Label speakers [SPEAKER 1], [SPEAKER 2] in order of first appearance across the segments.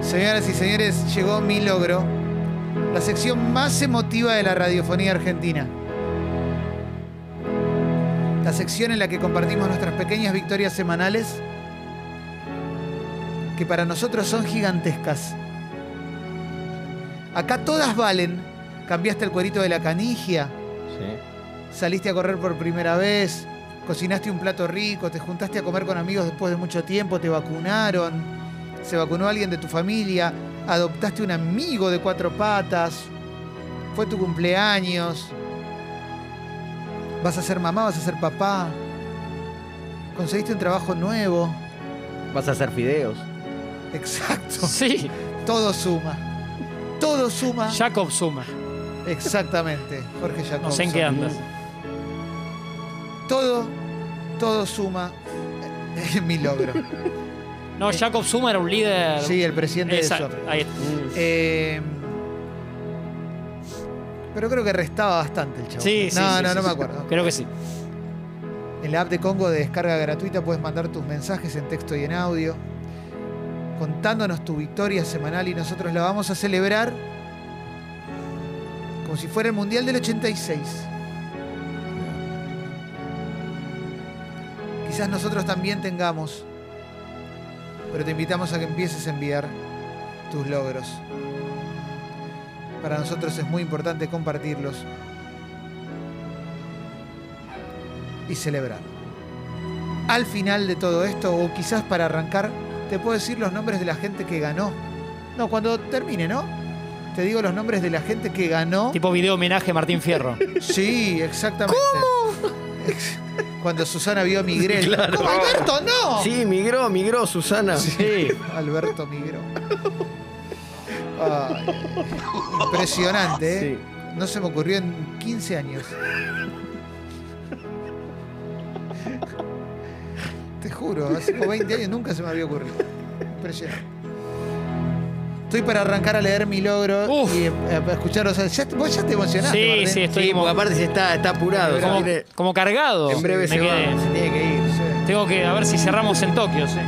[SPEAKER 1] Señoras y señores, llegó mi logro, la sección más emotiva de la radiofonía argentina. La sección en la que compartimos nuestras pequeñas victorias semanales, que para nosotros son gigantescas. Acá todas valen. Cambiaste el cuerito de la canigia,
[SPEAKER 2] Sí.
[SPEAKER 1] saliste a correr por primera vez, cocinaste un plato rico, te juntaste a comer con amigos después de mucho tiempo, te vacunaron, se vacunó alguien de tu familia, adoptaste un amigo de cuatro patas, fue tu cumpleaños, vas a ser mamá, vas a ser papá, conseguiste un trabajo nuevo,
[SPEAKER 2] Vas a hacer fideos.
[SPEAKER 1] exacto,
[SPEAKER 3] Sí,
[SPEAKER 1] todo suma, todo suma,
[SPEAKER 3] Jacob Zuma.
[SPEAKER 1] exactamente, Jorge Jacobson.
[SPEAKER 3] No sé en qué andas.
[SPEAKER 1] todo, todo suma en mi logro.
[SPEAKER 3] No, Jacob Zuma era un líder.
[SPEAKER 1] Sí, el presidente de
[SPEAKER 3] Exacto,
[SPEAKER 1] Suárez.
[SPEAKER 3] ahí está.
[SPEAKER 1] Eh, pero creo que restaba bastante el chavo.
[SPEAKER 3] Sí,
[SPEAKER 1] no,
[SPEAKER 3] sí,
[SPEAKER 1] no,
[SPEAKER 3] sí,
[SPEAKER 1] no,
[SPEAKER 3] sí,
[SPEAKER 1] me
[SPEAKER 3] sí.
[SPEAKER 1] acuerdo.
[SPEAKER 3] Creo que sí.
[SPEAKER 1] En la app de Congo de descarga gratuita puedes mandar tus mensajes en texto y en audio, contándonos tu victoria semanal y nosotros la vamos a celebrar como si fuera el Mundial del 86. Quizás nosotros también tengamos, pero te invitamos a que empieces a enviar tus logros. Para nosotros es muy importante compartirlos y celebrar. Al final de todo esto, o quizás para arrancar, te puedo decir los nombres de la gente que ganó. No, cuando termine, ¿no? Te digo los nombres de la gente que ganó.
[SPEAKER 3] Tipo video homenaje a Martín Fierro.
[SPEAKER 1] Sí, exactamente. ¿Cómo? Cuando Susana vio a Migrel. ¿Cómo, Alberto? ¡No!
[SPEAKER 2] Sí, migró, migró, Susana.
[SPEAKER 3] Sí.
[SPEAKER 1] Alberto migró. Ay, impresionante, ¿eh? No se me ocurrió en 15 años. Te juro, hace como 20 años nunca se me había ocurrido. Impresionante. Estoy para arrancar a leer mi logro
[SPEAKER 3] Uf.
[SPEAKER 1] y eh, a escucharos. Ya, vos ya te emocionaste.
[SPEAKER 3] Sí,
[SPEAKER 1] Martín.
[SPEAKER 3] sí, estoy
[SPEAKER 2] Sí,
[SPEAKER 3] como-
[SPEAKER 2] porque aparte se está, está apurado.
[SPEAKER 3] como,
[SPEAKER 2] se tiene-
[SPEAKER 3] como cargado.
[SPEAKER 2] en breve
[SPEAKER 3] me
[SPEAKER 2] se
[SPEAKER 3] quedé.
[SPEAKER 2] va, se tiene que ir.
[SPEAKER 1] Sí.
[SPEAKER 3] Tengo que a ver si cerramos en Tokio. sí.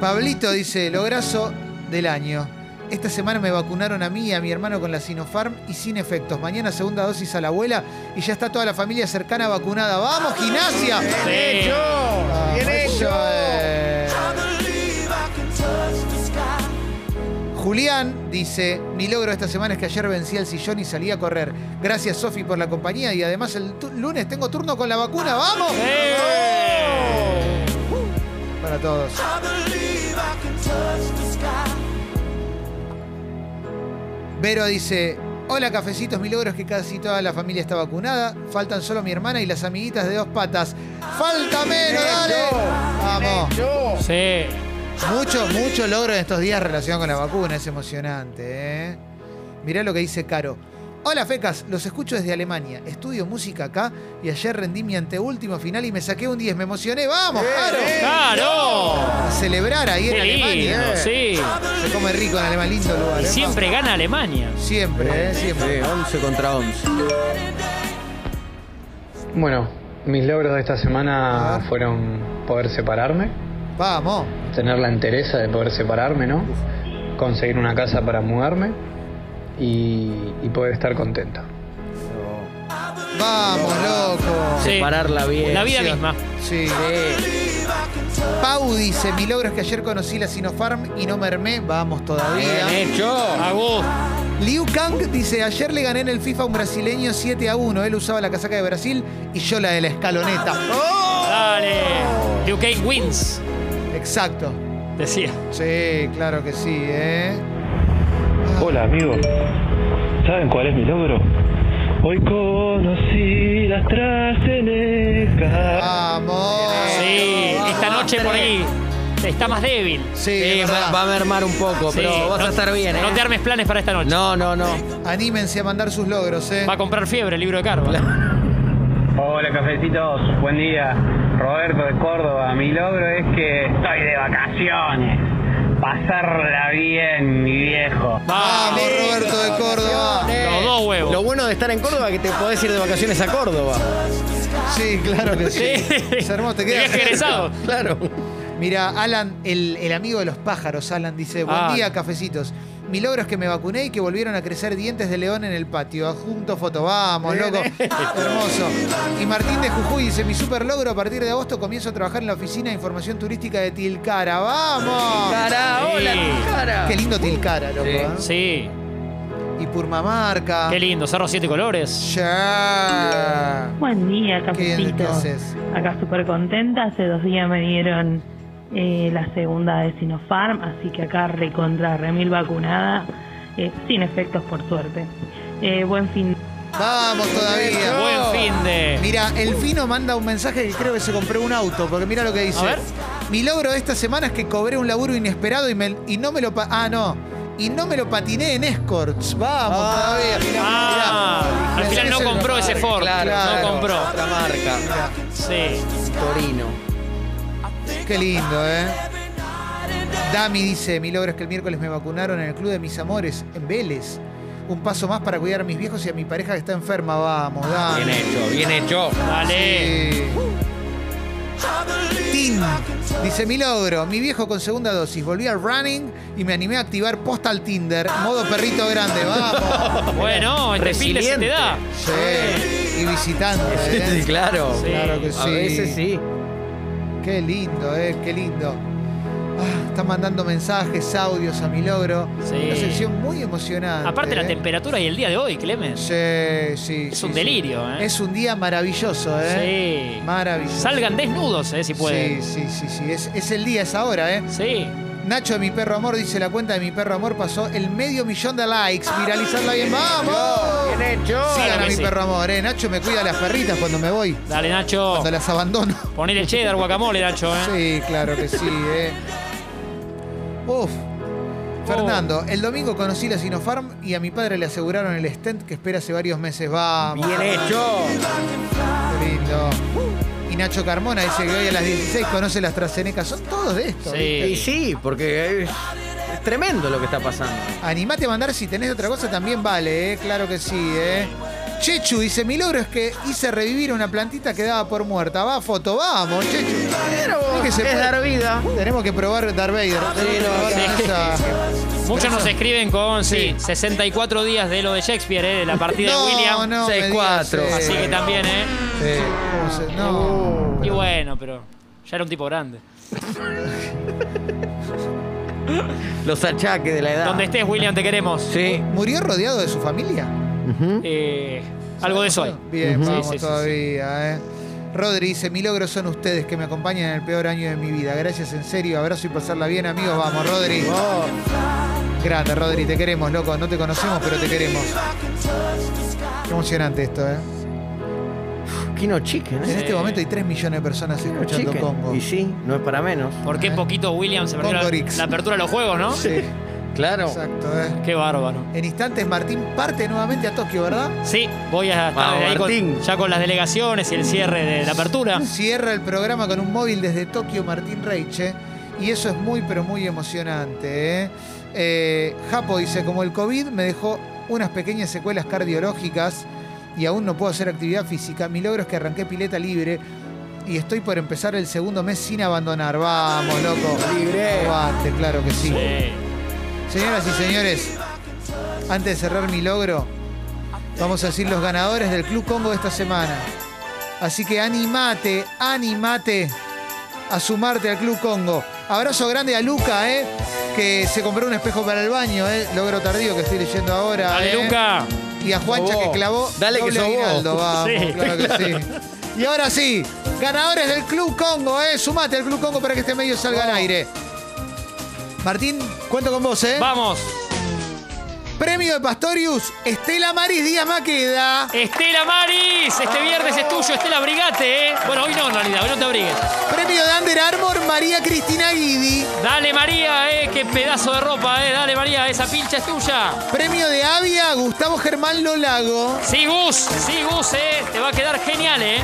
[SPEAKER 1] Pablito dice, lograzo del año. Esta semana me vacunaron a mí y a mi hermano con la Sinopharm y sin efectos. Mañana segunda dosis a la abuela y ya está toda la familia cercana vacunada. ¡Vamos, gimnasia!
[SPEAKER 3] Sí.
[SPEAKER 1] Ah, eso es. Julián dice, mi logro esta semana es que ayer vencí al sillón y salí a correr. Gracias, Sofi, por la compañía y además el tu- lunes tengo turno con la vacuna. ¡Vamos!
[SPEAKER 3] ¡Eh!
[SPEAKER 1] Para todos. Vero dice, hola cafecitos, mi logro es que casi toda la familia está vacunada, faltan solo mi hermana y las amiguitas de dos patas. ¡Falta menos, dale! Vamos.
[SPEAKER 3] Sí.
[SPEAKER 1] Mucho, mucho logro en estos días relacionado con la vacuna, es emocionante. ¿eh? Mirá lo que dice Caro. Hola fecas, los escucho desde Alemania, estudio música acá y ayer rendí mi anteúltima final y me saqué un 10, me emocioné, vamos, Caro.
[SPEAKER 3] ¡Claro!
[SPEAKER 1] A celebrar ahí en
[SPEAKER 3] ¡Qué
[SPEAKER 1] Alemania. eh.
[SPEAKER 3] lindo! Sí.
[SPEAKER 1] Se come rico en Alemania, lindo lugar.
[SPEAKER 3] Y
[SPEAKER 1] ¿eh?
[SPEAKER 3] siempre gana Alemania.
[SPEAKER 1] Siempre, ¿eh? siempre.
[SPEAKER 2] Sí, 11 contra 11.
[SPEAKER 4] Bueno, mis logros de esta
[SPEAKER 1] A
[SPEAKER 4] semana
[SPEAKER 1] ver.
[SPEAKER 4] fueron poder separarme,
[SPEAKER 1] Vamos.
[SPEAKER 4] tener la entereza de poder separarme, ¿no? Conseguir una casa para mudarme y, y poder estar contento.
[SPEAKER 1] Vamos, loco.
[SPEAKER 3] Sí.
[SPEAKER 2] Separarla bien.
[SPEAKER 3] La vida misma.
[SPEAKER 1] Sí.
[SPEAKER 2] Sí.
[SPEAKER 1] Pau dice, mi logro es que ayer conocí la Sinopharm y no mermé. Vamos todavía.
[SPEAKER 2] Bien hecho.
[SPEAKER 3] A vos.
[SPEAKER 1] Liu Kang dice, ayer le gané en el FIFA a un brasileño 7 a 1. Él usaba la casaca de Brasil y yo la de la escaloneta.
[SPEAKER 3] ¡Oh! Dale. UK wins.
[SPEAKER 1] Exacto.
[SPEAKER 3] Decía.
[SPEAKER 1] Sí, claro que sí, ¿eh?
[SPEAKER 5] Hola amigos, ¿saben cuál es mi logro? Hoy conocí las trascenecas.
[SPEAKER 1] Vamos.
[SPEAKER 3] Sí. Esta noche por ahí está más débil.
[SPEAKER 1] Sí,
[SPEAKER 2] Sí,
[SPEAKER 1] es
[SPEAKER 2] va,
[SPEAKER 1] verdad.
[SPEAKER 2] va a mermar un poco,
[SPEAKER 3] Sí,
[SPEAKER 2] pero vas
[SPEAKER 3] no-
[SPEAKER 2] a estar bien, ¿eh?
[SPEAKER 3] No te armes planes para esta noche.
[SPEAKER 2] no, no, no.
[SPEAKER 1] Anímense a mandar sus logros, ¿eh?
[SPEAKER 3] Va a comprar fiebre el libro de Carva.
[SPEAKER 6] Hola cafecitos, buen día. Roberto de Córdoba, mi logro es que estoy de vacaciones. Pasarla bien, mi viejo.
[SPEAKER 1] Vamos, Roberto de Córdoba.
[SPEAKER 3] Los dos huevos.
[SPEAKER 2] Eh, Lo bueno de estar en Córdoba es que te podés ir de vacaciones a Córdoba.
[SPEAKER 1] Sí, claro que sí.
[SPEAKER 3] Sí.
[SPEAKER 1] Es hermoso, te
[SPEAKER 3] Te
[SPEAKER 1] queda
[SPEAKER 3] quedas egresado.
[SPEAKER 2] Claro.
[SPEAKER 1] Mira, Alan, el, el amigo de los pájaros, Alan dice, buen
[SPEAKER 3] Ah.
[SPEAKER 1] día, cafecitos. Mi logro es que me vacuné y que volvieron a crecer dientes de león en el patio. Junto foto, vamos, loco.
[SPEAKER 3] eh.
[SPEAKER 1] Hermoso. Y Martín de Jujuy dice, mi super logro a partir de agosto comienzo a trabajar en la oficina de información turística de Tilcara. ¡Vamos!
[SPEAKER 2] Cara, hola,
[SPEAKER 3] Sí.
[SPEAKER 2] tu cara.
[SPEAKER 1] Qué lindo Tilcara, loco. ¿eh?
[SPEAKER 3] Sí.
[SPEAKER 1] Y Purmamarca.
[SPEAKER 3] Qué lindo, Cerro Siete Colores.
[SPEAKER 1] Ya.
[SPEAKER 7] Buen día,
[SPEAKER 1] Qué bien, ¿qué
[SPEAKER 7] cafecito.
[SPEAKER 1] haces?
[SPEAKER 7] Acá súper contenta. Hace dos días me dieron eh, la segunda de Sinopharm, así que acá recontra remil vacunada, eh, sin efectos por suerte. Eh, buen fin.
[SPEAKER 1] Vamos todavía.
[SPEAKER 3] Buen fin de.
[SPEAKER 1] Mira, el Fino manda un mensaje que creo que se compró un auto, porque mira lo que dice.
[SPEAKER 3] A ver.
[SPEAKER 1] Mi logro de esta semana es que cobré un laburo inesperado y, me- y no me lo... pa- ah, no. Y no me lo patiné en escorts. Vamos, todavía. Mirá,
[SPEAKER 3] Ah,
[SPEAKER 1] mirá.
[SPEAKER 3] al final no
[SPEAKER 1] Pensé que se
[SPEAKER 3] compró
[SPEAKER 1] lo-
[SPEAKER 3] ese Ford.
[SPEAKER 1] claro.
[SPEAKER 3] No compró.
[SPEAKER 2] Otra marca.
[SPEAKER 3] Sí.
[SPEAKER 2] Torino.
[SPEAKER 1] Qué lindo, ¿eh? Dami dice, mi logro es que el miércoles me vacunaron en el Club de Mis Amores, en Vélez. Un paso más para cuidar a mis viejos y a mi pareja que está enferma. Vamos, Dami.
[SPEAKER 2] Bien hecho, bien hecho.
[SPEAKER 3] Dale.
[SPEAKER 1] Eh. Tin dice mi logro, mi viejo con segunda dosis, volví al running y me animé a activar posta al Tinder, modo perrito grande, vamos.
[SPEAKER 3] Bueno, este fin de se te
[SPEAKER 2] Resiliente.
[SPEAKER 3] da.
[SPEAKER 1] Sí, y visitante. ¿eh?
[SPEAKER 2] Sí, claro.
[SPEAKER 3] Sí.
[SPEAKER 1] Claro que sí.
[SPEAKER 2] A veces sí.
[SPEAKER 1] Qué lindo, eh, qué lindo. Ah, están mandando mensajes, audios a mi logro.
[SPEAKER 3] Sí.
[SPEAKER 1] Una sección muy emocionante.
[SPEAKER 3] Aparte la
[SPEAKER 1] eh.
[SPEAKER 3] temperatura y el día de hoy, Clemens.
[SPEAKER 1] Sí, sí.
[SPEAKER 3] Es
[SPEAKER 1] sí, sí.
[SPEAKER 3] un delirio, ¿eh?
[SPEAKER 1] Es un día maravilloso, eh.
[SPEAKER 3] Sí.
[SPEAKER 1] Maravilloso.
[SPEAKER 3] Salgan desnudos, eh, si pueden.
[SPEAKER 1] Sí, sí, sí, sí. Es, es el día, es ahora, eh.
[SPEAKER 3] Sí.
[SPEAKER 1] Nacho de Mi Perro Amor dice la cuenta de Mi Perro Amor pasó el medio millón de likes. Viralizarla bien, vamos.
[SPEAKER 2] Bien hecho.
[SPEAKER 1] Sigan
[SPEAKER 3] Claro
[SPEAKER 1] a
[SPEAKER 3] que
[SPEAKER 1] Mi
[SPEAKER 3] sí.
[SPEAKER 1] Perro Amor, eh. Nacho me cuida las perritas cuando me voy,
[SPEAKER 3] Dale, Nacho.
[SPEAKER 1] cuando las abandono.
[SPEAKER 3] Ponele cheddar, guacamole, Nacho, eh.
[SPEAKER 1] Sí, claro que sí, eh. Uf. Fernando,
[SPEAKER 3] Oh.
[SPEAKER 1] el domingo conocí la Sinopharm y a mi padre le aseguraron el stent que espera hace varios meses. Vamos,
[SPEAKER 2] Bien hecho.
[SPEAKER 1] qué lindo. Y Nacho Carmona dice que hoy a las 16 conoce las AstraZeneca. Son todos de esto.
[SPEAKER 3] Sí.
[SPEAKER 2] Y sí, porque es es tremendo lo que está pasando.
[SPEAKER 1] Animate a mandar si tenés otra cosa también vale, ¿eh? claro que sí, ¿eh? Chechu dice, mi logro es que hice revivir una plantita que daba por muerta. Va, foto, vamos, Chechu. Es que se
[SPEAKER 2] es
[SPEAKER 1] puede-
[SPEAKER 2] dar vida.
[SPEAKER 1] Tenemos que probar Darth Vader. Tenemos que probar
[SPEAKER 3] sí.
[SPEAKER 1] esa-
[SPEAKER 3] Muchos nos escriben con, sí, 64 días de lo de Shakespeare, eh, de la partida
[SPEAKER 1] No,
[SPEAKER 3] de William.
[SPEAKER 1] no, me digas,
[SPEAKER 2] 6-4.
[SPEAKER 1] eh.
[SPEAKER 3] Así que también, Uh. ¿eh?
[SPEAKER 1] Sí, ¿cómo se- No.
[SPEAKER 3] Y bueno, pero ya era un tipo grande.
[SPEAKER 2] Los achaques de la edad.
[SPEAKER 3] Donde estés, William, te queremos.
[SPEAKER 2] Sí.
[SPEAKER 1] ¿Murió rodeado de su familia?
[SPEAKER 3] Eh, algo de eso hay.
[SPEAKER 1] Bien,
[SPEAKER 3] Ujú.
[SPEAKER 1] vamos
[SPEAKER 3] Sí, sí, sí, sí.
[SPEAKER 1] todavía, ¿eh? Rodri dice, mi logro son ustedes que me acompañan en el peor año de mi vida. Gracias en serio, abrazo y pasarla bien, amigos. Vamos, Rodri. Grande, Rodri, te queremos, loco. No te conocemos, pero te queremos. Qué emocionante esto, ¿eh?
[SPEAKER 2] Kino Chicken,
[SPEAKER 1] En
[SPEAKER 2] ¿eh?
[SPEAKER 1] este momento hay 3 millones de personas
[SPEAKER 2] Kino
[SPEAKER 1] escuchando
[SPEAKER 2] Chicken.
[SPEAKER 1] Congo.
[SPEAKER 2] Y sí, no es para menos.
[SPEAKER 3] ¿Por qué poquito William se perdió la,
[SPEAKER 1] Congorix.
[SPEAKER 3] la apertura de los juegos, no?
[SPEAKER 1] Sí,
[SPEAKER 2] Claro.
[SPEAKER 1] exacto, ¿eh?
[SPEAKER 3] Qué bárbaro.
[SPEAKER 1] En instantes, Martín parte nuevamente a Tokio, ¿verdad?
[SPEAKER 3] Sí, voy a estar
[SPEAKER 2] Vamos,
[SPEAKER 3] ahí con-
[SPEAKER 2] Martín.
[SPEAKER 3] ya con las delegaciones y el cierre de la apertura.
[SPEAKER 1] Cierra el programa con un móvil desde Tokio Martín Reiche. Y eso es muy, pero muy emocionante. ¿eh? Eh, Japo dice, como el COVID me dejó unas pequeñas secuelas cardiológicas y aún no puedo hacer actividad física, mi logro es que arranqué pileta libre y estoy por empezar el segundo mes sin abandonar. Vamos, loco. Libre. Aguante, claro que sí.
[SPEAKER 3] Sí.
[SPEAKER 1] Señoras y señores, antes de cerrar mi logro, vamos a decir los ganadores del Club Congo de esta semana. Así que animate, animate a sumarte al Club Congo. Abrazo grande a Luca, eh, que se compró un espejo para el baño, eh, logro tardío que estoy leyendo ahora.
[SPEAKER 3] Dale,
[SPEAKER 1] eh.
[SPEAKER 3] Luca.
[SPEAKER 1] Y a Juancha
[SPEAKER 2] Sos
[SPEAKER 1] que
[SPEAKER 2] vos.
[SPEAKER 1] clavó.
[SPEAKER 2] Dale que
[SPEAKER 1] doble
[SPEAKER 2] sos vos.
[SPEAKER 1] aguinaldo, vamos,
[SPEAKER 3] Sí.
[SPEAKER 1] claro que sí. Y ahora sí, ganadores del Club Congo, eh, sumate al Club Congo para que este medio salga al aire. Martín, cuento con vos, eh.
[SPEAKER 3] Vamos.
[SPEAKER 1] Premio de Pastorius, Estela Maris Díaz Maqueda.
[SPEAKER 3] Estela Maris, este viernes es tuyo, Estela, abrigate, ¿eh? Bueno, hoy no, en realidad, hoy no te abrigues.
[SPEAKER 1] Premio de Under Armour, María Cristina Guidi.
[SPEAKER 3] Dale, María, ¿eh? Qué pedazo de ropa, ¿eh? Dale, María, esa pincha es tuya.
[SPEAKER 1] Premio de Avia, Gustavo Germán Lolago.
[SPEAKER 3] Sí, Gus, sí, Gus, ¿eh? Te va a quedar genial, ¿eh?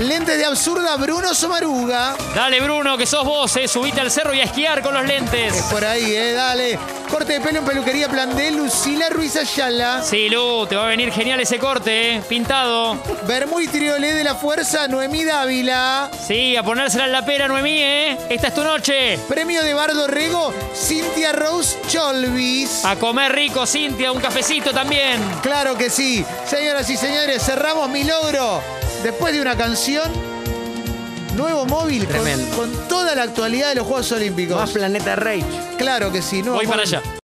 [SPEAKER 1] Lente de absurda, Bruno Somaruga.
[SPEAKER 3] Dale, Bruno, que sos vos, eh. Subite al cerro y a esquiar con los
[SPEAKER 1] Es
[SPEAKER 3] lentes.
[SPEAKER 1] por ahí, eh, dale. Corte de pelo en peluquería plan de Lucila Ruiz Ayala.
[SPEAKER 3] Sí, Lu, te va a venir genial ese corte, eh. Pintado.
[SPEAKER 1] Bermú y Triolé de la Fuerza, Noemí Dávila.
[SPEAKER 3] Sí, a ponérsela en la pera, Noemí, ¿eh? Esta es tu noche.
[SPEAKER 1] Premio de Bardo Rego, Cintia Rose Cholvis.
[SPEAKER 3] A comer rico, Cintia, un cafecito también.
[SPEAKER 1] Claro que sí. Señoras y señores, cerramos mi logro. Después de una canción, nuevo móvil con,
[SPEAKER 2] Tremendo.
[SPEAKER 1] con toda la actualidad de los Juegos Olímpicos.
[SPEAKER 2] Más Planeta Rage.
[SPEAKER 1] claro que sí. nuevo
[SPEAKER 3] Voy para
[SPEAKER 1] móvil.
[SPEAKER 3] allá.